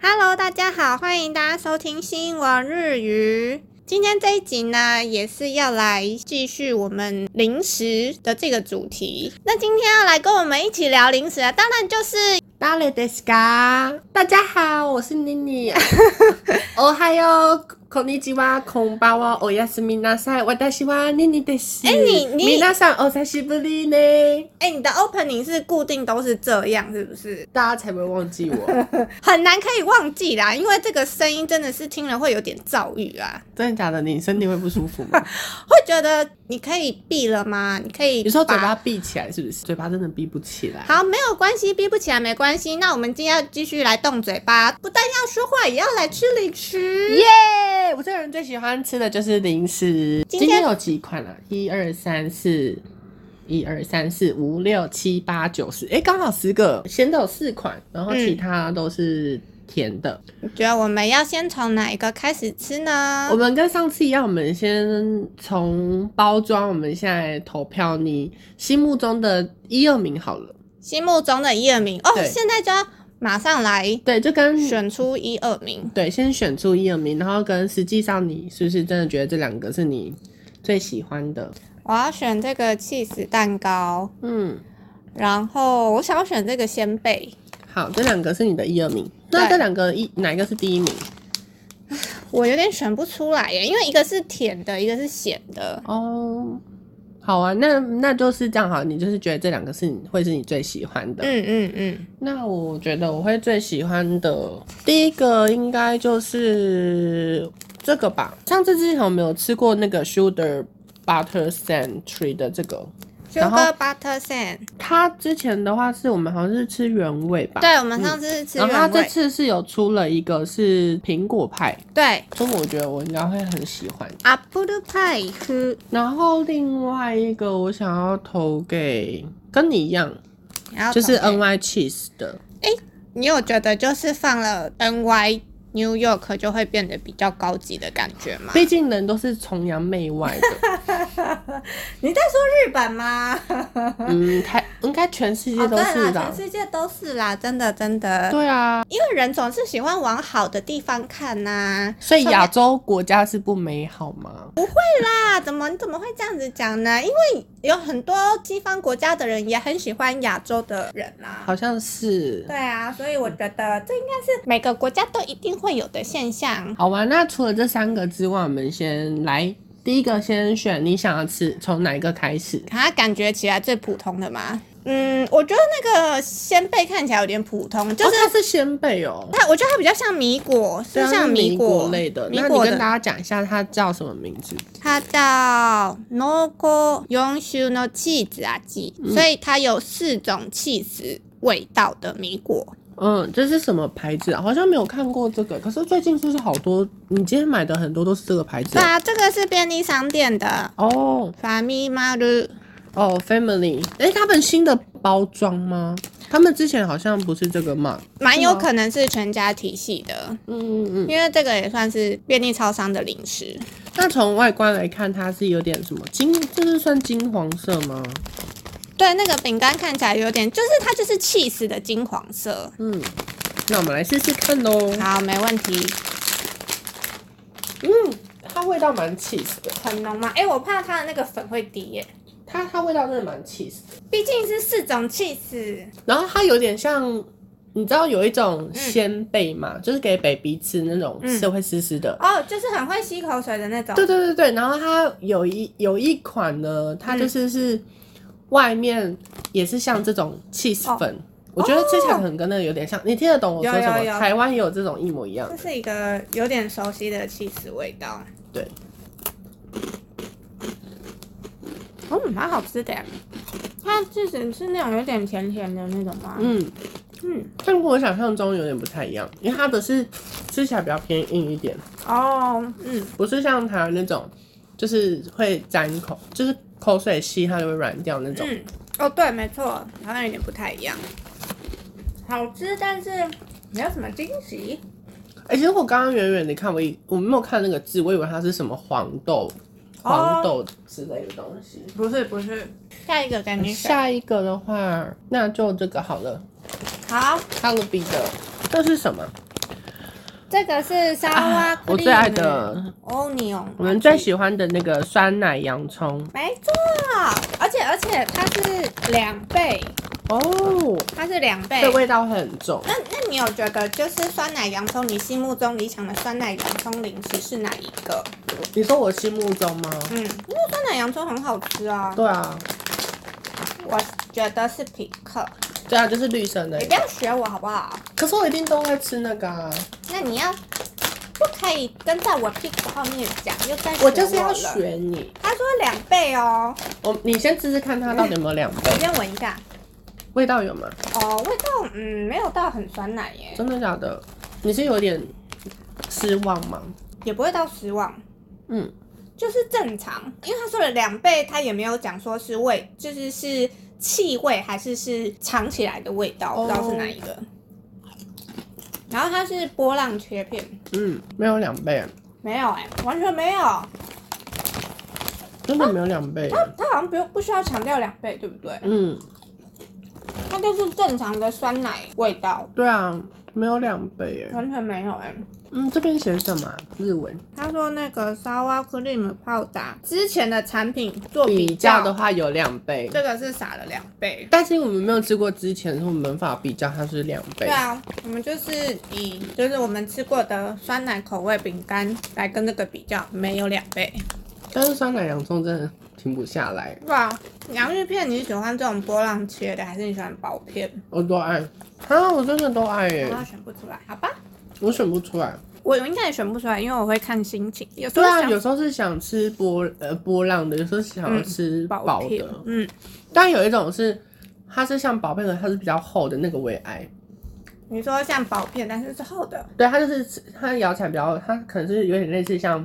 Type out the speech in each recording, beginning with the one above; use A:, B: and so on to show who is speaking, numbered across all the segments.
A: Hello，大家好，欢迎大家收听新闻日语。今天这一集呢，也是要来继续我们零食的这个主题。那今天要来跟我们一起聊零食啊，当然就是
B: 誰ですか？大家好，我是妮妮。 哦おはよう、こんにちは、こんばんは、おやすみなさい。私は妮妮です。
A: え哎你你
B: 皆さんお久しぶりね。
A: 哎、你的 opening 是固定都是这样，是不是？
B: 大家才不会忘 记我，
A: 很难可以忘记啦，因为这个声音真的是听了会有点躁郁啊，
B: 真的假的？你身体会不舒服 吗？
A: 会觉得你可以闭了吗？你可以
B: 你说嘴
A: 把
B: 巴闭起来是不是？嘴巴真的闭不起来。
A: 好，没有关系，逼不起来没关系。那我们今天要继续来动嘴巴，不但要说话，也要来吃零食。
B: 耶我这个人最喜欢吃的就是零食。
A: 今
B: 今
A: 天
B: 天有几款啊？一二三四，一二三四五六七八九十，哎，刚好十个，咸的有四款，然后
A: 嗯
B: 其他都是甜的。
A: 你觉得我们要先从哪一个开始吃呢
B: 我？们跟上次一样，我们先从包装，我们现在投票你心目中的一二名好了。
A: 心目中的一二名哦，
B: 对
A: 现在就要马上来
B: 对，就跟
A: 选出一二名。
B: 对，先选出一二名，然后跟实际上你是不是真的觉得这两个是你最喜欢的？
A: 我要选这个 cheese 蛋糕，
B: 嗯。
A: 然后我想要选这个鲜贝。
B: 好，这两个是你的一二名。
A: 对
B: 那这两个一哪一个是第一名？
A: 我有点选不出来耶，因为一个是甜的，一个是咸的。
B: 哦，好啊，那那就是这样好，你就是觉得这两个是你会是你最喜欢的。
A: 嗯嗯嗯，
B: 那我觉得我会最喜欢的第一个应该就是这个吧。上次之前有没有吃过那个 Sugar Butter Sand Tree 的这个？然后
A: sugar butter sand。
B: 它之前的话是我们好像是吃原味吧？
A: 对，我们
B: 嗯
A: 上次是吃
B: 然后它
A: 原
B: 这
A: 味。
B: 次是有出了一个是苹果派，
A: 对，
B: 这个我觉得我应该会很喜欢。
A: 阿布鲁派夫，
B: 然后另外一个我想要投给跟你一样，
A: 然后
B: 就是
A: 同
B: N Y Cheese 的，
A: 你有觉得就是放了 N Y New York 就会变得比较高级的感觉吗？
B: 毕竟人都是崇洋媚外 的，
A: 你在说日本吗？
B: 嗯，台应该全世界
A: 哦，
B: 都
A: 对
B: 是
A: 啦，
B: 吧
A: 全？世界都是啦，真的真的，
B: 对啊，
A: 因为人总是喜欢往好的地方看呐、
B: 所以亚洲国家是不美好吗？
A: 啊，怎么你怎么会这样子讲呢？因为有很多西方国家的人也很喜欢亚洲的人啊。
B: 好像是
A: 对。啊，所以我觉得这应该是每个国家都一定会有的现象。
B: 好吧，那除了这三个之外，我们先来第一个，先选你想要吃，从哪一个开始？
A: 它啊感觉起来最普通的嘛。嗯，我觉得那个鲜贝看起来有点普通，就
B: 哦
A: 是
B: 它是鲜贝哦，
A: 它，我觉得它比较像米果，
B: 对
A: 是
B: 啊
A: 像
B: 是米
A: 果
B: 类的。
A: 米
B: 那你
A: 果
B: 跟
A: 的。
B: 大家讲一下它叫什么名字？
A: 它叫 Noco Yonshu no cheese 啊鸡，
B: 嗯
A: 所以它有四种 cheese 味道的米果。
B: 嗯，这是什么牌子啊？好像没有看过这个，可是最近是不是好多？你今天买的很多都是这个牌子
A: 对啊，这个是便利商店的
B: 哦
A: Famimaru。
B: 哦，Family，哎、他们新的包装吗？他们之前好像不是这个嘛？
A: 蛮有
B: 是吗
A: 可能是全家体系的，
B: 嗯嗯嗯。
A: 因为这个也算是便利超商的零食。
B: 那从外观来看，它是有点什么金，这是算金黄色吗？
A: 对，那个饼干看起来有点，就是它就是 cheese 的金黄色。
B: 嗯，那我们来试试看喽。
A: 好，没问题。
B: 嗯，它味道蛮 cheese 的，
A: 很浓吗？哎、我怕它的那个粉会滴耶，
B: 它它味道真的蛮 cheese 的。
A: 毕竟是四种 cheese。
B: 然后它有点像，你知道有一种鲜贝嘛，就是给 baby 吃那种，
A: 嗯
B: 吃会湿湿的。
A: 哦，就是很会吸口水的那种。
B: 对对对对，然后它有一有一款呢，它
A: 嗯
B: 就是是外面也是像这种 cheese 粉，我觉得吃起来可能跟那个有点像，你听得懂我说什么？
A: 哦有有有
B: 台湾也有这种一模一样
A: 这，是一个有点熟悉的 cheese 味道。
B: 对，
A: 嗯，蛮好吃的耶。它至少是那种有点甜甜的那种吗？
B: 嗯
A: 嗯
B: 嗯，但跟我想象中有点不太一样，因为它的是吃起来比较偏硬一点，
A: 哦，嗯，
B: 不是像台湾那种就是会粘口，就是口水吸它就会软掉那种。
A: 嗯，哦，对，没错，好像有点不太一样。好吃，但是没有什么惊喜。
B: 哎、其实我刚刚远远的看，我以我没有看那个字，我以为它是什么黄豆、
A: 哦
B: 黄豆之类的东西。
A: 不是不是，下一个赶紧选。
B: 下一个的话，那就这个好了，
A: 好，
B: 哈鲁比的，这是什么？
A: 这个是沙拉、
B: 啊我最爱的
A: onion，
B: 我们最喜欢的那个酸奶洋葱
A: 没错，而且而且它是两倍，
B: 哦，
A: 它是两倍
B: 这。味道很重。
A: 那那你有觉得就是酸奶洋葱，你心目中理想的酸奶洋葱零食是哪一个？
B: 你说我心目中吗？
A: 嗯，因为酸奶洋葱很好吃啊，
B: 对啊，
A: 我觉得是匹克，
B: 对啊，就是绿色那
A: 你
B: 一
A: 不
B: 个。
A: 要学我好不好？
B: 可是我一定都会吃那个啊，
A: 那你要不可以跟在我屁股后面讲，又在
B: 我就是要
A: 了。
B: 学你。
A: 他说两倍哦，
B: 我你先试试看它到底有没有两倍
A: 你，先闻一下。
B: 味道有吗？
A: 哦，味道嗯没有到很酸奶耶，
B: 真的假的？你是有点失望吗？
A: 也不会到失望，
B: 嗯，
A: 就是正常。因为他说了两倍，他也没有讲说是味，就是是气味还是是尝起来的味道，
B: 哦
A: 不知道是哪一个。然后它是波浪切片，
B: 嗯，没有两倍，
A: 没有哎、完全没有。
B: 真的没有两倍。
A: 它它好像不用不需要强调两倍，对不对？
B: 嗯，
A: 它就是正常的酸奶味道，
B: 对啊，没有两倍耶。
A: 完全没有哎、
B: 嗯，这边写什么啊、日文？
A: 他说那个沙瓦 cream 泡打之前的产品做
B: 比
A: 较
B: 较的，话有两倍，
A: 这个是撒了两倍。
B: 但是因为我们没有吃过之前，所以我们无法比较它是两倍。
A: 对啊，我们就是以就是我们吃过的酸奶口味饼干来跟这个比较，没有两倍。
B: 但是酸奶洋葱真的停不下来，
A: 对啊，洋芋片你是喜欢这种波浪切的，还是你喜欢薄片？
B: 我都爱。啊，我真的都爱耶、
A: 我选不出来，好吧？
B: 我选不出来。
A: 我应该也选不出来，因为我会看心情。有时
B: 对
A: 候
B: 啊，
A: 想
B: 有时候是想吃波呃波浪的，有时候是想要吃
A: 薄
B: 薄
A: 片
B: 的，，
A: 嗯，
B: 但有一种是它是像薄片的，它是比较厚的那个我也爱。
A: 你说像薄片，但是是厚的，
B: 对，它就是吃它咬起来比较，它可能是有点类似像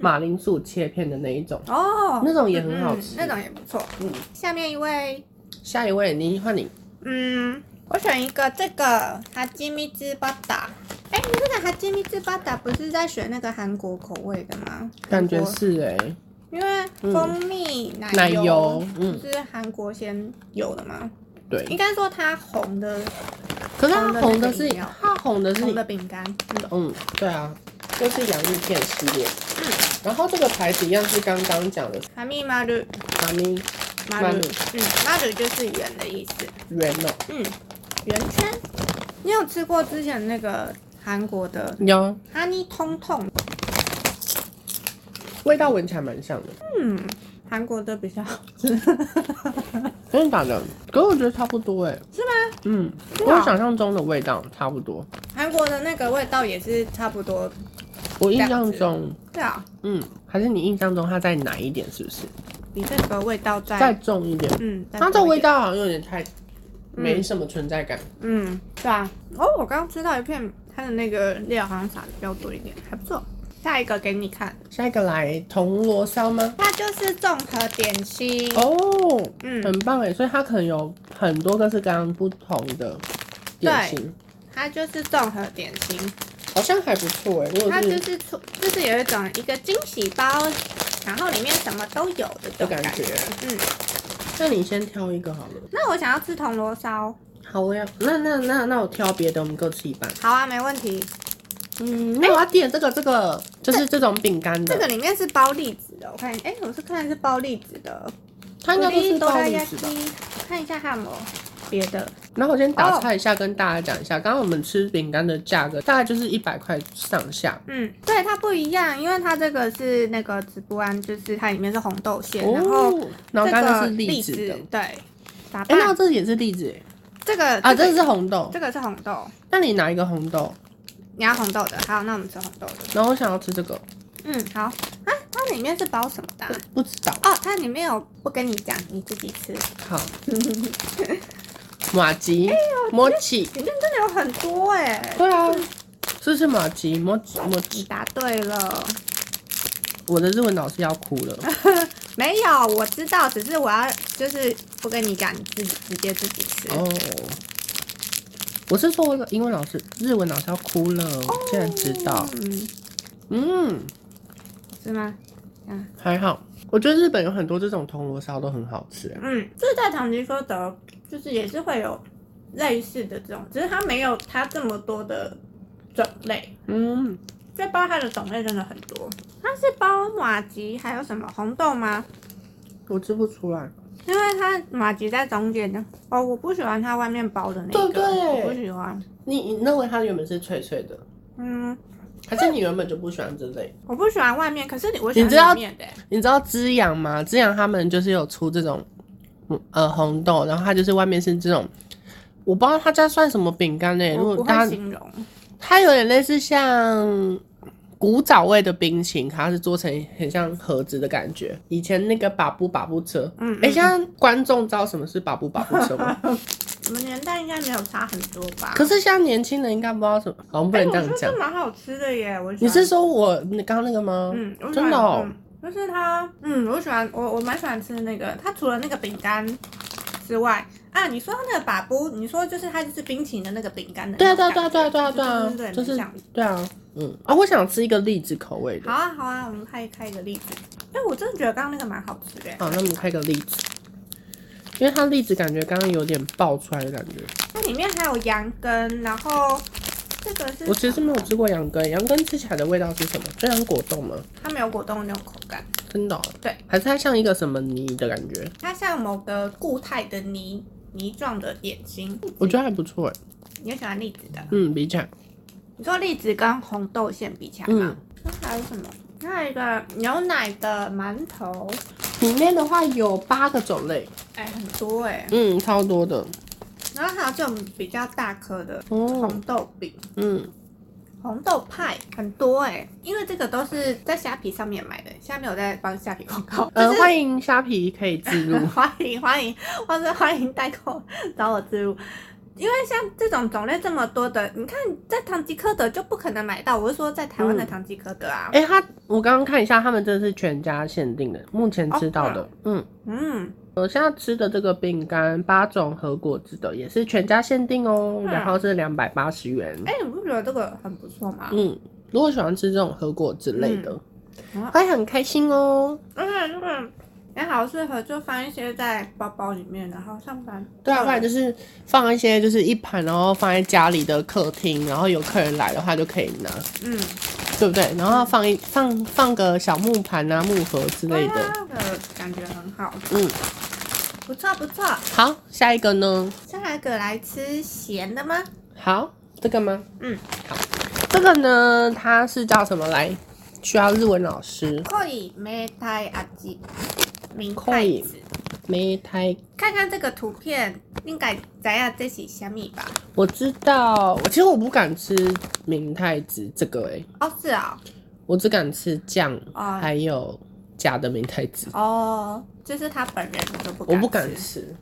B: 马铃薯切片的那一种，
A: 哦，
B: 那种也很好吃。
A: 嗯那种也不错。
B: 嗯
A: 下面一位，
B: 下一位，你换你。
A: 嗯，我选一个这个哈基米兹巴达。哎，你这个哈基米兹巴达不是在选那个韩国口味的吗？
B: 感觉
A: 韩国，
B: 是哎、
A: 因为蜂蜜、
B: 奶
A: 油
B: 油嗯
A: 不是韩国先有的吗？应
B: 对。
A: 该说它红的
B: 可是它红的
A: 红的那
B: 是
A: 个饮料
B: 它红的是
A: 红的饼干，嗯
B: 嗯，对啊，就是洋芋片系列。然后这个牌子一样是刚刚讲的
A: 哈密马鲁
B: 哈密
A: 马
B: 马
A: 鲁
B: 鲁，
A: 嗯，马鲁就是圆的意思，
B: 圆哦，
A: 嗯，圆圈。你有吃过之前那个韩国的
B: 有
A: 哈尼通通？
B: 味道闻起来蛮像的，
A: 嗯，韩国的比较好吃。
B: 真的假的？可是我觉得差不多哎、
A: 是吗？
B: 嗯，
A: 是
B: 我
A: 啊
B: 想象中的味道差不多。
A: 韩国的那个味道也是差不多，
B: 我印
A: 这样
B: 象
A: 子
B: 中，
A: 对啊，
B: 嗯，还是你印象中它再奶一点，是不是？
A: 比这个味道再
B: 再重一点，
A: 嗯，再
B: 它这
A: 多一
B: 味
A: 点，
B: 道好像有点太没什么存在感。
A: 嗯，对啊。哦，我刚刚吃到一片，它的那个料好像撒的比较多一点，还不错。下一个给你看，
B: 下一个来铜锣烧吗？
A: 它就是综合点心，
B: 哦，
A: 嗯，
B: 很棒哎，所以它可能有很多个是刚刚不同的点心，
A: 它就是综合点心，
B: 好像还不错哎。如果
A: 它
B: 是
A: 就是出就是有一种一个惊喜包，然后里面什么都有的这
B: 的
A: 种
B: 感
A: 感
B: 觉
A: 觉，，嗯。
B: 那你先挑一个好了。
A: 那我想要吃铜锣烧，
B: 好呀，那那那那我挑别的，我们各吃一半。
A: 好啊，没问题。
B: 嗯，那我要点这个这个，就是这种饼干
A: 这个
B: 的，
A: 里面是包栗子的，我看，哎、我是看的是包栗子的，
B: 它应该都是
A: 多
B: 包
A: 拉
B: 栗
A: 亚
B: 子吧？
A: 看一下还有没有别的。
B: 然后我先打岔一下，跟大家讲一下，刚刚我们吃饼干的价格大概就是一百块上下。
A: 嗯，对，它不一样，因为它这个是那个直播安，就是它里面是红豆馅，然后
B: 哦，然后
A: 这
B: 刚刚
A: 个
B: 是
A: 栗
B: 栗子的，
A: 对，打
B: 哎，
A: 扮、
B: 那这也是栗子哎
A: 这个
B: 啊，
A: 这
B: 这
A: 个
B: 是红豆
A: 这。个是红豆，
B: 那你拿一个红豆，
A: 你要红豆的，好，那我们吃红豆的。
B: 然后我想要吃这个，
A: 嗯，好啊，它里面是包什么的啊、
B: 不知道。
A: 哦，它里面有不跟你讲，你自己吃。
B: 好，马吉，摩奇，
A: 里面真的有很多哎、
B: 对啊，这是马吉，摩吉，摩
A: 你
B: 吉。
A: 答对了。
B: 我的日文老师要哭 了。
A: 没有，我知道，只是我要就是不跟你讲，你自己直接自己吃。
B: 哦，我是说我的英文老师，日文老师要哭了，竟然知道。
A: 嗯，
B: 嗯，
A: 是吗？
B: 还好。我觉得日本有很多这种铜锣烧都很好吃。啊
A: 嗯，就是在唐吉诃德，就是也是会有类似的这种，只是它没有它这么多的种类，
B: 嗯，
A: 这包它的种类真的很多。它是包马吉，还有什么红豆吗？
B: 我吃不出来。
A: 因为它马吉在中间的哦，我不喜欢它外面包的那个，
B: 对对
A: 我不喜欢。
B: 你你认为它原本是脆脆的，
A: 嗯，
B: 还是你原本就不喜欢这类？
A: 我不喜欢外面，可是我喜
B: 你知道哎
A: 欢里面的欸、
B: 你知道滋养吗？滋养他们就是有出这种，嗯呃红豆，然后它就是外面是这种，我不知道它家算什么饼干嘞。如
A: 我不
B: 果
A: 会
B: 大家
A: 形容。
B: 它有点类似像古早味的冰淇淋，它是做成很像盒子的感觉。以前那个把布把布车，
A: 嗯嗯
B: 哎、现在观众知道什么是把布把布车 吗？
A: 我们年代应该没有差很多吧？
B: 可是现在年轻人应该不知道什么，好像不
A: 哎我
B: 能这样
A: 觉得
B: 讲
A: 这。蛮好吃的耶，我喜
B: 你
A: 欢
B: 是说我你刚刚那个吗？
A: 嗯，我喜欢
B: 真的哦
A: 嗯就是它，嗯，我喜欢，我我蛮喜欢吃那个。它除了那个饼干之外，啊，你说它那个把布，你说就是它就是冰淇淋的那个饼干的
B: 对
A: 那
B: 啊，
A: 种
B: 对
A: 感
B: 啊，
A: 觉。
B: 对啊，对啊，对啊，对啊，
A: 对对对，
B: 就
A: 蛮
B: 是
A: 像的
B: 对啊，嗯啊，我想吃一个栗子口味的。
A: 好啊，好啊，我们开开一个例子。哎，我真的觉得刚刚那个蛮好吃的耶。欸
B: 好，那我们开个栗子，因为它栗子感觉刚刚有点爆出来的感觉。
A: 它里面还有羊羹，然后这个是
B: 我其实没有吃过羊羹，羊羹吃起来的味道是什么？就像果冻吗？
A: 它没有果冻的那种口感，
B: 真的哦、
A: 对，
B: 还是它像一个什么泥的感觉？
A: 它像某个固态的泥泥状的点心。
B: 我觉得还不错哎，
A: 你也喜欢栗子的？
B: 嗯，比起来，
A: 你说栗子跟红豆馅比起来吗？
B: 嗯，
A: 那还有什么？还有一个牛奶的馒头，
B: 里面的话有八个种类，
A: 哎、很多哎、
B: 嗯，超多的，
A: 然后还有这种比较大颗的
B: 哦
A: 红，豆饼、
B: 嗯，
A: 红豆派，很多哎、因为这个都是在虾皮上面买的，现在没有在帮虾皮广告。
B: 呃，
A: 就是，
B: 欢迎虾皮可以自 入
A: 欢迎欢迎，或是欢迎代购找我自入。因为像这种种类这么多的，你看在唐吉诃德就不可能买到。我是说在台湾的
B: 嗯
A: 唐吉诃德啊，
B: 哎、它我刚刚看一下，他们这是全家限定的，目前吃到的，嗯。
A: 嗯，
B: 我现在吃的这个饼干，八种和果子的，也是全家限定哦，
A: 嗯
B: 然后是两百八十元。
A: 哎、你不觉得这个很不错吗？
B: 嗯，如果喜欢吃这种和果之类的，
A: 嗯
B: 会很开心哦。
A: 而且这个也好适合就放一些在包包里面，然后上班。
B: 对啊，不然就是放一些，就是一盘，然后放在家里的客厅，然后有客人来的话就可以拿，
A: 嗯，
B: 对不对？然后放一放放个小木盘啊、木盒之
A: 对
B: 类的。
A: 啊，的感觉很好，
B: 嗯，
A: 不错不错。
B: 好，下一个呢？
A: 再来一个来吃咸的吗？
B: 好，这个吗？
A: 嗯，
B: 好，这个呢，它是叫什么来？需要日文老师。
A: 可以梅太阿吉，明太子。
B: 没太
A: 看看这个图片，应该咱要这是虾米吧？
B: 我知道，我其实我不敢吃明太子这个哎、
A: 哦，是啊、
B: 我只敢吃酱，
A: 哦，
B: 还有假的明太子，
A: 哦，哦，就是他本人我都不敢，
B: 我不敢，吃。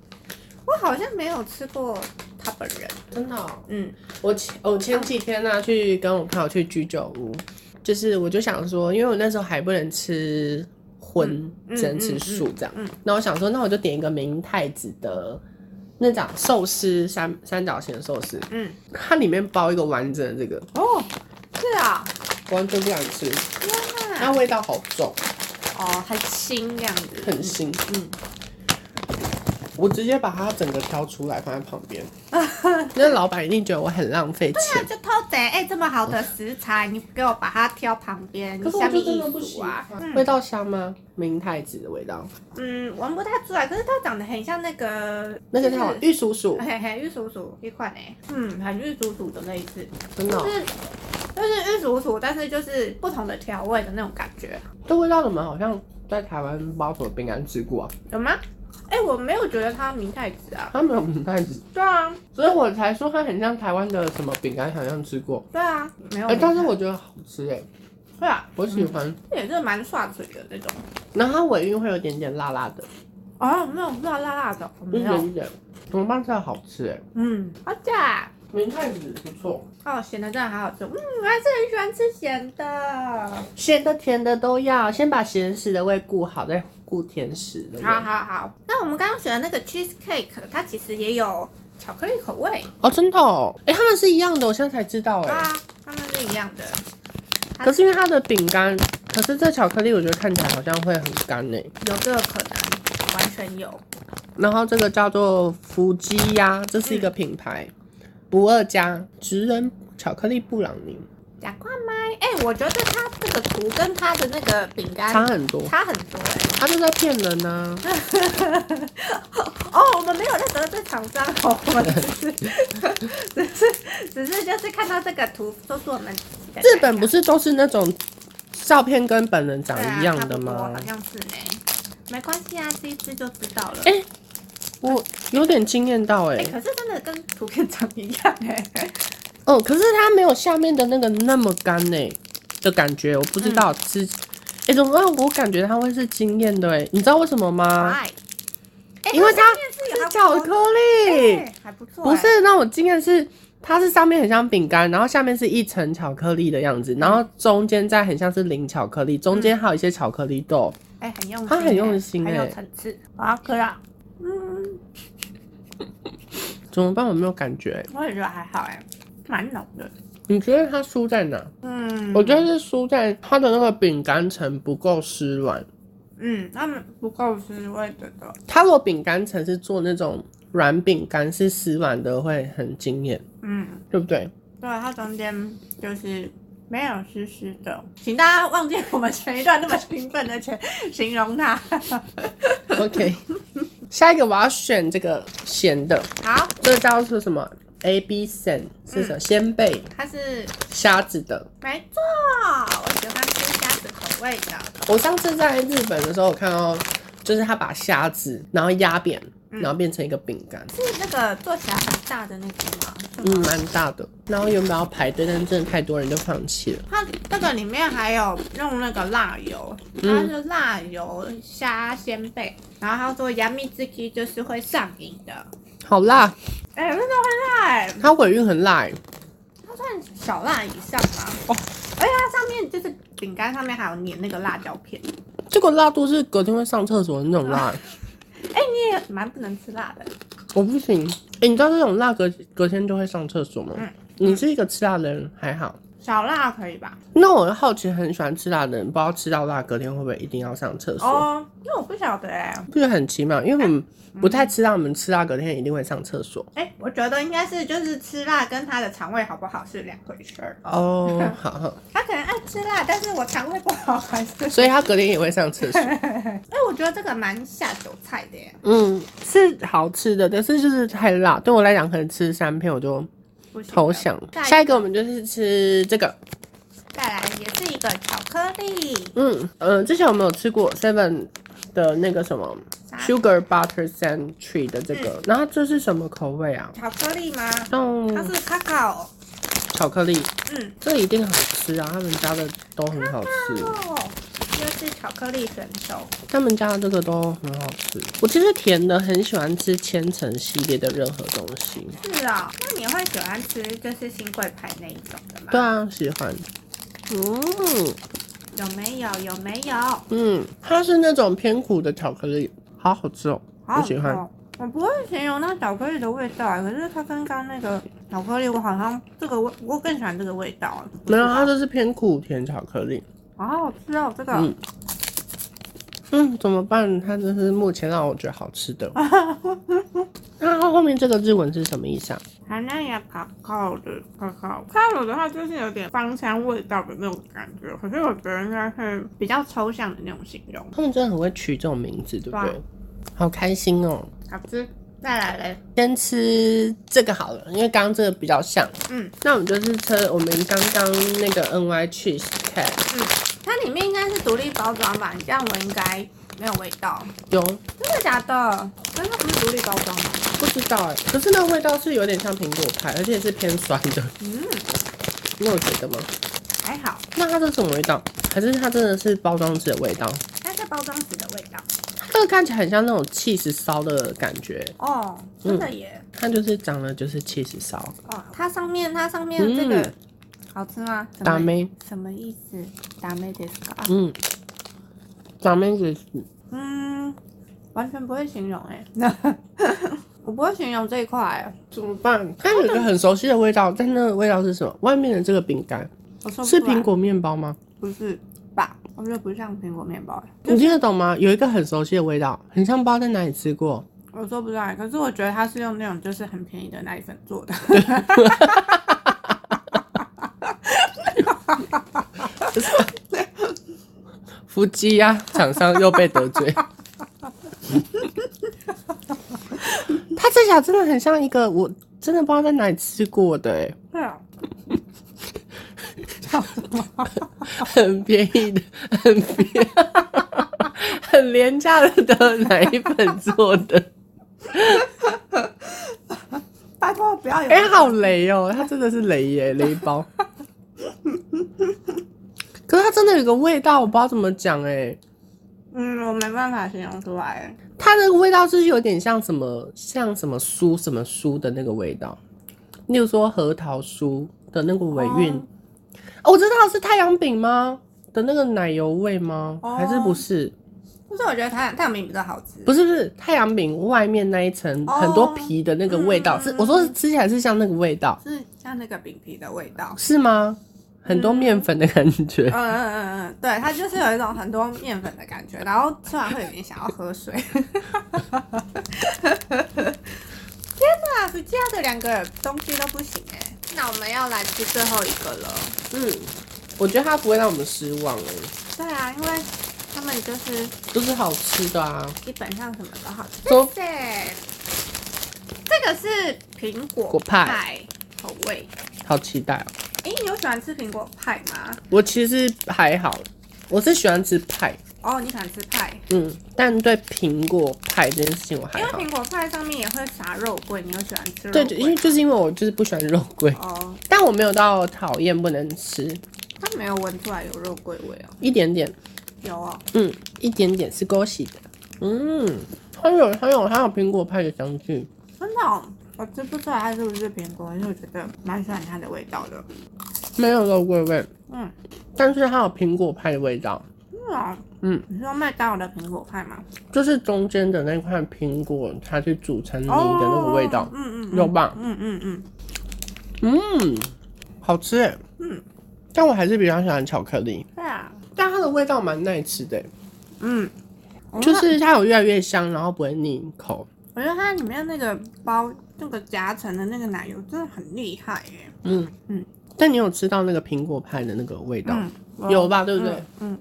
A: 我好像没有吃过他本人，
B: 真的哦、
A: 嗯，
B: 我前我前几天呢、去跟我朋友去居酒屋，就是我就想说，因为我那时候还不能吃荤，
A: 嗯
B: 只能吃素这样。
A: 嗯嗯
B: 那我想说，那我就点一个明太子的那种寿司三三角形的寿司，
A: 嗯，
B: 它里面包一个完整的这个，
A: 哦，是啊、
B: 完全不敢吃，
A: 天哪
B: 那味道好重，
A: 哦，很新这样子，
B: 很腥。
A: 嗯，
B: 我直接把它整个挑出来放在旁边， 那老板一定觉得我很浪费
A: 那
B: 钱。
A: 就偷贼！哎、这么好的食材，你给我把它挑旁边，
B: 哦可是我
A: 下
B: 就
A: 面
B: 真
A: 艺
B: 的不喜
A: 术
B: 欢
A: 啊，，
B: 味
A: 嗯
B: 道香吗？明太子的味道，
A: 嗯，闻不太出来，可是它长得很像那个
B: 那个
A: 就
B: 叫什么
A: 是
B: 玉蜀黍，
A: 嘿嘿，玉蜀黍一款哎、嗯，很玉蜀黍的类似，
B: 真的
A: 就
B: 哦，
A: 是就是玉蜀黍，但是就是不同的调味的那种感觉，
B: 这味道怎么好像在台湾包什么饼干吃过啊？
A: 有吗？哎、我没有觉得它明太子啊，
B: 它没有明太子，
A: 对啊，
B: 所以我才说它很像台湾的什么饼干，好像吃过。
A: 对啊，没有
B: 哎、
A: 明太、
B: 但是我觉得好吃哎、
A: 对啊，
B: 我喜欢。
A: 这也是蛮涮嘴的那种，
B: 然后它尾韵会有点点辣辣的，
A: 哦，没有没有辣辣的，我没
B: 一
A: 有，
B: 点点，怎么办？真的好吃哎、
A: 嗯，好假。
B: 明太子不错，
A: 哦，咸的真的好好吃，嗯，我还是很喜欢吃咸的。
B: 咸的甜的都要，先把咸食的胃顾好，再顾甜食的胃。
A: 好好好，那我们刚刚选的那个 cheese cake，它其实也有巧克力口味
B: 哦，真的哦，哎、他们是一样的，我现在才知道哎、
A: 啊，它们是一样的。
B: 可是因为它的饼干，可是这巧克力我觉得看起来好像会很干哎、
A: 有这个可能，完全有。
B: 然后这个叫做福鸡鸭，这是一个品牌，不二家，职人巧克力布朗尼，
A: 假挂麦，哎、我觉得它这个图跟它的那个饼干
B: 差很多，
A: 差很多哎、
B: 他就在骗人啊呐、
A: 哦，我们没有在得罪厂商哦，我们只是 只是只是就是看到这个图，都是我们自己的
B: 日本不
A: 是
B: 是都是那种照片跟本人长一样的
A: 啊、差不
B: 吗
A: 多好？像是呢，没关系啊，这一次就知道了。
B: 哎我有点惊艳到哎、
A: 哎可是真的跟图片长一样哎、
B: 哦，可是它没有下面的那个那么干哎、的感觉，我不知道吃。哎、怎么让我感觉它会是惊艳的哎、你知道为什么吗？
A: 哎、哎
B: 啊因为它
A: 上面是有
B: 是巧克力，
A: 哎还不错、
B: 不
A: 哎，
B: 是让我惊艳是。它是上面很像饼干，然后下面是一层巧克力的样子，然后中间再很像是零巧克力，中间还有一些巧克力豆。
A: 哎、很用心、
B: 它很用心
A: 哎
B: 哎
A: 很有层次。啊我要喝了，嗯，
B: 怎么办？我没有感觉、
A: 我也觉得还好哎、蛮浓的，
B: 你觉得它输在哪？
A: 嗯，
B: 我觉得是输在它的那个饼干层不够湿软。
A: 嗯，他们不够吃，我也觉得。
B: 它如果饼干层是做那种软饼干，是湿软的，会很惊艳，
A: 嗯，
B: 对不对？
A: 对，它中间就是没有湿湿的，请大家忘记我们前一段那么兴奋的前形容 它。
B: OK，下一个我要选这个咸的，
A: 好，
B: 这个叫做什么？A B 咸是什么？鲜贝
A: 它是
B: 虾子的。
A: 没错，我喜欢吃虾子口味的。
B: 我上次在日本的时候，我看到就是他把虾子然后压扁，然后变成一个饼干，
A: 是那个做起来很大的那个吗？
B: 嗯，蛮大的。然后原本要排队，但真的太多人就放弃了。
A: 它那个里面还有用那个辣油，它是辣油虾鲜贝，然后他说杨幂自己就是会上瘾的，
B: 好辣，
A: 哎、真的会辣、欸，
B: 它尾韵很辣、欸，
A: 它算小辣以上吗？
B: 哦
A: 哦，而且它上面就是饼干上面还有粘那个辣椒片，
B: 这个辣度是隔天会上厕所的那种辣、
A: 哎、你也蛮不能吃辣的，
B: 我不行。欸你知道这种辣隔隔天就会上厕所吗？
A: 嗯
B: 你是一个吃辣的人还好，
A: 小辣可以吧？
B: 那我好奇很喜欢吃辣的人，不知道吃到辣隔天会不会一定要上厕所？
A: 哦，因为我不晓得哎、
B: 不觉得很奇妙？因为我们不太吃辣，我们吃辣隔天一定会上厕所。
A: 哎、我觉得应该是就是吃辣跟他的肠胃好不好是两回事儿。
B: 哦， 好好，
A: 他可能爱吃辣，但是我肠胃不好还是……
B: 所以他隔天也会上厕 所。
A: 哎、我觉得这个蛮下酒菜的耶，
B: 嗯，是好吃的，但是就是太辣，对我来讲，可能吃三片我就
A: 不行的
B: 投降。下
A: 再
B: 一个我们就是吃这个，
A: 再来也是一个巧克力，
B: 嗯呃，之前我们有吃过 Seven 的那个什么
A: 啥
B: Sugar Butter Sand Tree 的这个，
A: 嗯
B: 然后这是什么口味啊？
A: 巧克力吗？它
B: 嗯，
A: 是卡卡哦，
B: 巧克力，
A: 嗯，
B: 这一定好吃啊！他们家的都很好吃，
A: 哦，又是巧克力选手。
B: 他们家的这个都很好吃。我其实甜的很喜欢吃千层系列的任何东西，
A: 是啊、那你会喜欢吃就是新贵派那一种的吗？
B: 对，啊，喜欢。嗯
A: 有没有？有没有？好
B: 嗯，它是那种偏苦的巧克力，好好吃哦，
A: 好
B: 我喜欢。
A: 吃哦。我不会形容那巧克力的味道，可是它跟刚那个巧克力，我好像这个味，我更喜欢这个味道。不
B: 没
A: 知
B: 有，
A: 道
B: 它这是偏苦甜巧克力。
A: 好好吃哦，这个、
B: 嗯嗯，怎么办？它这是目前让我觉得好吃的。 那它后面这个日文是什么意思啊？
A: 含量也卡靠的卡靠，卡有的话就是有点芳香味道的那种感觉，可是我觉得应该是比较抽象的那种形容。
B: 他们真的很会取这种名字，对不
A: 对
B: 对
A: 啊？
B: 好开心哦！
A: 好吃，再来嘞，
B: 先吃这个好了，因为刚刚这个比较像。
A: 嗯，
B: 那我们就是吃我们刚刚那个 N Y cheese cat
A: 它里面应该是独立包装吧？你这样我应该没有味道。
B: 有
A: 真的假的？真的不是独立包装吗？
B: 不知道哎、可是那个味道是有点像苹果派，而且是偏酸的，
A: 嗯，
B: 你有觉得吗？
A: 还好，
B: 那它这什么味道？还是它真的是包装纸的味道？
A: 它是包装纸的味道。
B: 它这个看起来很像那种 cheese 烧的感觉，
A: 哦，真的耶。
B: 它就是长得就是 cheese 烧。
A: 哦，它上面它上面哎这个、好吃吗？什么
B: 嗯打妹，
A: 什么意思？打妹ですか？
B: 嗯，长妹子
A: 嗯，完全不会形容哎、 我不会形容这一块、欸，
B: 怎么办？它有一个很熟悉的味道，但那个味道是什么？外面的这个饼干
A: 我说
B: 是苹，果面包吗？
A: 不是吧？我觉得不像苹果面包、欸，
B: 你听得懂吗？有一个很熟悉的味道，很像不知道在哪里吃过。
A: 我说不出来，可是我觉得它是用那种就是很便宜的奶粉做的。
B: 伏击呀，厂商又被得 罪。他这小真的很像一个，我真的不知道在哪里吃过的、欸，
A: 对啊，
B: 很便宜的，很便很廉价的的奶粉做的。
A: 拜托不要有
B: 哎、好雷哦、它真的是雷耶，雷包。可是它真的有个味道，我不知道怎么讲哎、
A: 嗯，我没办法形容出来，欸
B: 它那个味道就是有点像什么，像什么酥什么酥的那个味道，例如说核桃酥的那个尾韵。
A: 哦
B: 哦我知道是太阳饼吗？的那个奶油味吗？
A: 哦
B: 还是不是？
A: 就是我觉得太太阳饼比较好吃，
B: 不是不是，太阳饼外面那一层
A: 哦嗯
B: 很多皮的那个味道，是我说是吃起来是像那个味道，
A: 是像那个饼皮的味道。
B: 是吗？很多面粉的感觉。
A: 嗯嗯嗯嗯，对，它就是有一种很多面粉的感觉，然后吃完会有点想要喝水。天哪，暑假的两个东西都不行哎、
C: 那我们要来吃最后一个了。
B: 嗯，我觉得它不会让我们失望哎、
A: 对啊，因为他们就是
B: 都是好吃的啊。
A: 基本上什么都好吃。
B: 都
A: 对，这个是苹果
B: 果派
A: 口味。
B: 好期待哦、
A: 诶，你有喜欢吃苹果派吗？
B: 我其实还好，我是喜欢吃派，
A: 哦，你喜欢吃派，
B: 嗯，但对苹果派这件事情我还
A: 因为
B: 好。
A: 苹果派上面也会撒肉桂，你有喜欢吃肉
B: 对，
A: 桂？
B: 就因为就是因为我就是不喜欢肉桂，
A: 哦，
B: 但我没有到讨厌不能吃，
A: 它没有闻出来有肉桂味哦。
B: 一点点，
A: 有哦，
B: 嗯，一点点是勾喜的，嗯，它有它有它有苹果派的香气，
A: 真的、哦，我吃不出来它是不是苹果，因为我觉得蛮喜欢它的味道的。
B: 没有肉桂味，
A: 嗯，
B: 但是它有苹果派的味道，
A: 是啊，
B: 嗯，
A: 你说麦当劳的苹果派吗？
B: 就是中间的那块苹果，它去煮成泥的
A: 哦，
B: 嗯那个味道，
A: 嗯嗯嗯，
B: 有吧？
A: 嗯嗯嗯，
B: 嗯，好吃哎。
A: 嗯，
B: 但我还是比较喜欢巧克力，
A: 对啊，
B: 但它的味道蛮耐吃的欸，
A: 嗯，
B: 就
A: 我觉得
B: 是它有越来越香，然后不会腻口。
A: 我觉得它里面那个包那个夹层的那个奶油真的很厉害耶。
B: 嗯
A: 嗯。
B: 但你有吃到那个苹果派的那个味道，
A: 嗯，
B: 有吧？对不对？
A: 嗯嗯。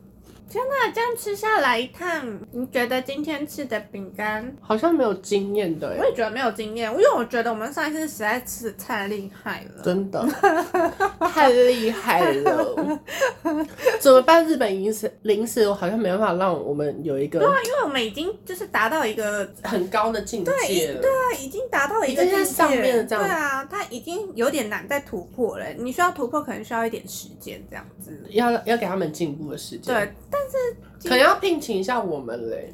A: 天呐，这样吃下来一趟，你觉得今天吃的饼干，
B: 好像没有惊艳的
A: 我
B: 欸，
A: 也觉得没有经验，因为我觉得我们上一次实在吃的太厉害了。
B: 真的太厉害了！怎么办？日本零食零食好像没办法让我们有一个
A: 因为我们已经就是达到一个，
B: 很高的境界了。
A: 它已经达到了一个
B: 已经
A: 境
B: 在
A: 界
B: 上面了这样
A: 对啊，它已经有点难再突破了。你需要突破，可能需要一点时间这样子。
B: 要要给他们进步的时间，
A: 对，啊
B: 可能要聘请一下我们嘞。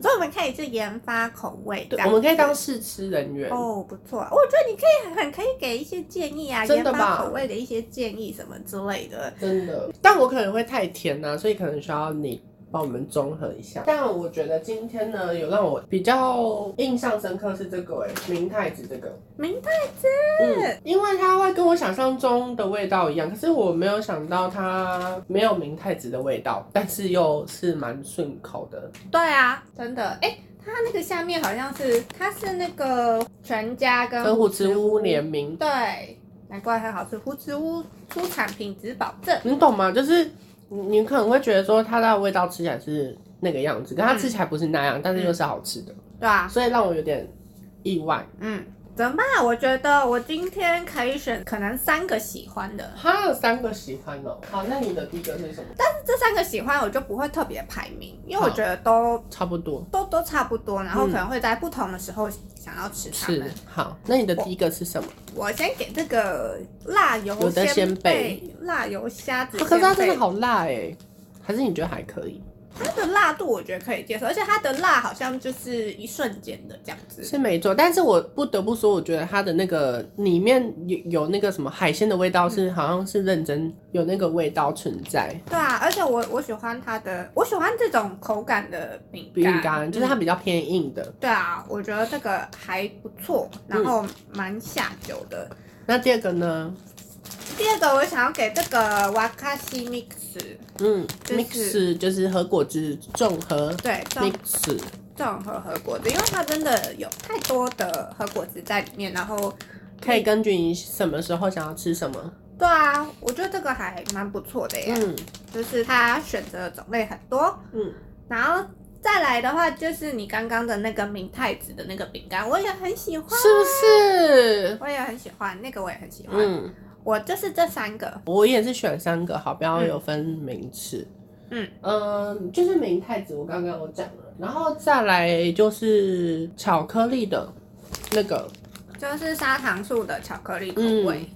A: 所以我们可以去研发口味，这
B: 对，
A: 样
B: 我们可以
A: 子
B: 当试吃人员。
A: 哦，不错，我觉得你可以很可以给一些建议啊，
B: 真
A: 研
B: 的吧
A: 发口味的一些建议什么之类的。
B: 真的，但我可能会太甜呐、所以可能需要你帮我们综合一下。但我觉得今天呢，有让我比较印象深刻是这个哎、明太子这个，
A: 明
B: 太子，嗯，因为它会跟我想象中的味道一样，可是我没有想到它没有明太子的味道，但是又是蛮顺口的。
A: 对啊，真的，哎、它那个下面好像是，它是那个全家跟
B: 跟虎之屋联名，
A: 对，难怪它好吃。胡子屋出产品质保证，
B: 你懂吗？就是你你可能会觉得说它的味道吃起来是那个样子，可它吃起来不是那样，但是又是好吃的，
A: 对啊，
B: 所以让我有点意外。
A: 嗯，怎么办？我觉得我今天可以选可能三个喜欢的，
B: 它有三个喜欢哦。好，那你的第一个是什么？
A: 但是这三个喜欢我就不会特别排名，因为我嗯
B: 好
A: 觉得都
B: 差不多
A: 都都差不多，然后
B: 嗯
A: 可能会在不同的时候想要吃它
B: 是
A: 们。
B: 好。那你的第一个是什么？
A: 我先给这个辣油
B: 有的
A: 鲜
B: 鲜贝
A: 辣油虾子鲜
B: 啊
A: 贝，
B: 可是它真的好辣哎、还是你觉得还可以？
A: 它的辣度我觉得可以接受，而且它的辣好像就是一瞬间的这样子。
B: 是没错，但是我不得不说，我觉得它的那个里面有有那个什么海鲜的味道是，好像是认真有那个味道存在。
A: 对啊，而且我我喜欢它的，我喜欢这种口感的饼嗯
B: 饼干嗯就是它比较偏硬的。
A: 对啊，我觉得这个还不错，
B: 嗯
A: 然后蛮下酒的。
B: 那第二个呢？
A: 第二个我想要给这个瓦卡西 mix，
B: 嗯
A: 就是
B: ，mix 就是和果汁综合
A: 对，这种
B: mix。
A: 这种和和果子，因为它真的有太多的和果子在里面，然后
B: 可以根据你什么时候想要吃什么，
A: 对啊，我觉觉得这个还蛮不错的耶，
B: 嗯
A: 就是它选择的种类很多，
B: 嗯，
A: 然后。再来的话，就是你刚刚的那个明太子的那个饼干，我也很喜欢，啊
B: 是不是？
A: 我也很喜欢，那个我也很喜欢。
B: 嗯，
A: 我就是这三个，
B: 我也是选三个好，不要有分名次。
A: 嗯
B: 嗯，就是明太子，我刚刚我讲了，然后再来就是巧克力的那个，
A: 就是砂糖素的巧克力口
B: 嗯
A: 味。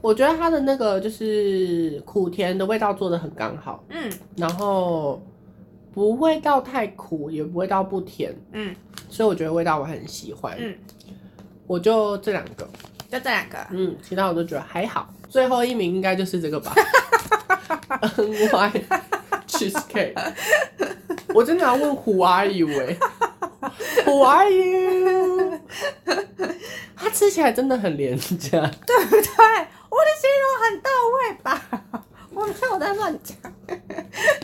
B: 我觉得它的那个就是苦甜的味道做的很刚好，
A: 嗯
B: 然后不会到太苦，也不会到不甜，
A: 嗯
B: 所以我觉得味道我很喜欢。
A: 嗯，
B: 我就这两个，
A: 就这两个。
B: 嗯，其他我都觉得还好。最后一名应该就是这个吧，N Y cheesecake。我真的要问 Who are you 哎、w h o are you？它吃起来真的很廉价。
A: 对，我的形容很到位吧？ 我没有在乱讲，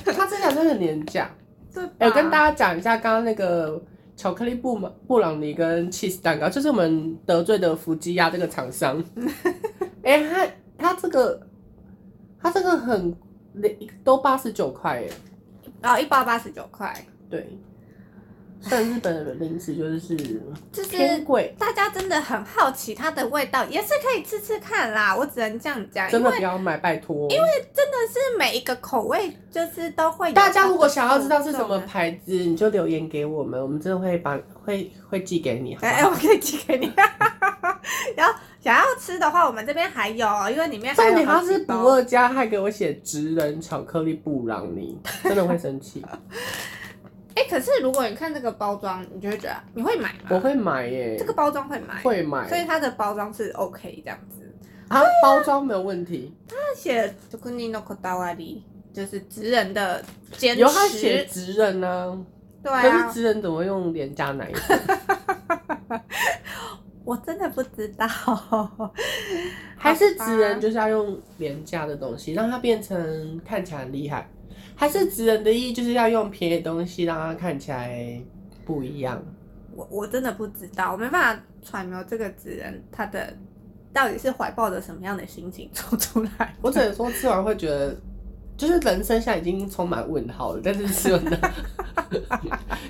B: 它吃起来真的很廉价。
A: 对吧？
B: 哎我跟大家讲一下刚刚那个巧克力布朗布朗尼跟 cheese 蛋糕，就是我们得罪的福基亚这个厂商。哎、它它这个它这个很都八十九块哎，
A: 然后一包八十九块，
B: 对。虽然日本的零食就是
A: 就
B: 偏
A: 是
B: 贵，
A: 大家真的很好奇它的味道，也是可以吃吃看啦。我只能这样讲，
B: 真的
A: 因
B: 不
A: 为
B: 要买，拜托。因为
A: 是每一个口味就是都会有它
B: 大
A: 的
B: 家如果想要知道是什
A: 受
B: 么
A: 众啊，
B: 牌子，你就留言给我们，我们真的会把会会寄给你，好不
A: 哎、
B: 好
A: 我可以寄给你。 然后想要吃的话，我们这边还有，因为里面还
B: 重
A: 有
B: 点
A: 好
B: 他
A: 几
B: 是不
A: 包。
B: 二家，还给我写职人巧克力布朗尼，真的会 生气。
A: 哎、可是如果你看这个包装，你就会觉得你会买吗？
B: 我会买耶、
A: 这个包装会买，
B: 会
A: 所以
B: 买，
A: 它的包装是 OK 这样子。
B: 它包装没有问题，
A: 他写“特尼诺口达瓦里”，就是职人的坚持。
B: 有他写职人呢、
A: 对
B: 啊，可是
A: 啊，
B: 职人怎么用廉价奶？
A: 我真的不知道。
B: 还是职人就是要用廉价的东西，让它变成看起来很厉害。还是职人的意义就是要用便宜的东西，让它看起来不一样。
A: 我我真的不知道，我没办法揣摩这个职人他的到底是怀抱着什么样的心情做出来。
B: 我只能说吃完会觉得，就是人生现在已经充满问号了，但是吃完的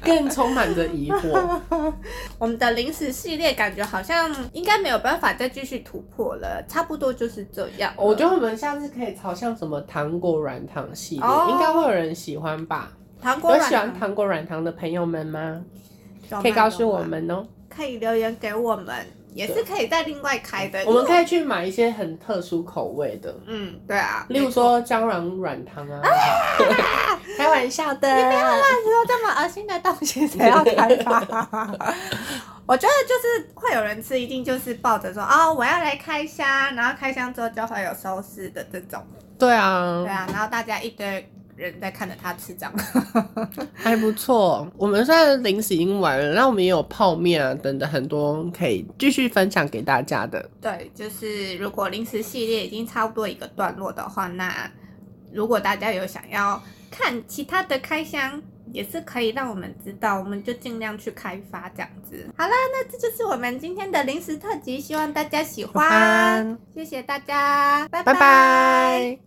B: 更充满着疑惑。
A: 我们的零食系列感觉好像应该没有办法再继续突破了，差不多就是这样了。
B: 我觉得我们下次可以朝向什么糖果软糖系列，
A: 哦
B: 应该会有人喜欢吧？
A: 糖果
B: 有
A: 软
B: 喜欢
A: 糖
B: 糖果软糖的朋友们吗？
A: 有吗
B: 可以告诉
A: 有吗
B: 我们哦、
A: 可以留言给我们，也是可以再另外开的。
B: 我们
A: 以，
B: 可以去买一些很特殊口味的，
A: 嗯，对啊，
B: 例 如说蟑螂软糖啊， 开玩笑的。
A: 说这么恶心的东西，谁要开发？ 我觉得就是会有人吃，一定就是抱着说哦，我要来开箱，然后开箱之后就会有收拾的这种，
B: 对
A: 对
B: 啊，
A: 啊，然后大家一堆人在看着他吃蟑螂，
B: 还不错。我们虽然零食已经完了，那我们也有泡面啊等等很多可以继续分享给大家的。
A: 对，就是如果零食系列已经差不多一个段落的话，那如果大家有想要看其他的开箱，也是可以让我们知道，我们就尽量去开发这样子。好啦，那这就是我们今天的零食特辑，希望大家喜欢。
B: 晚安
A: 谢谢大家，拜
B: 拜拜。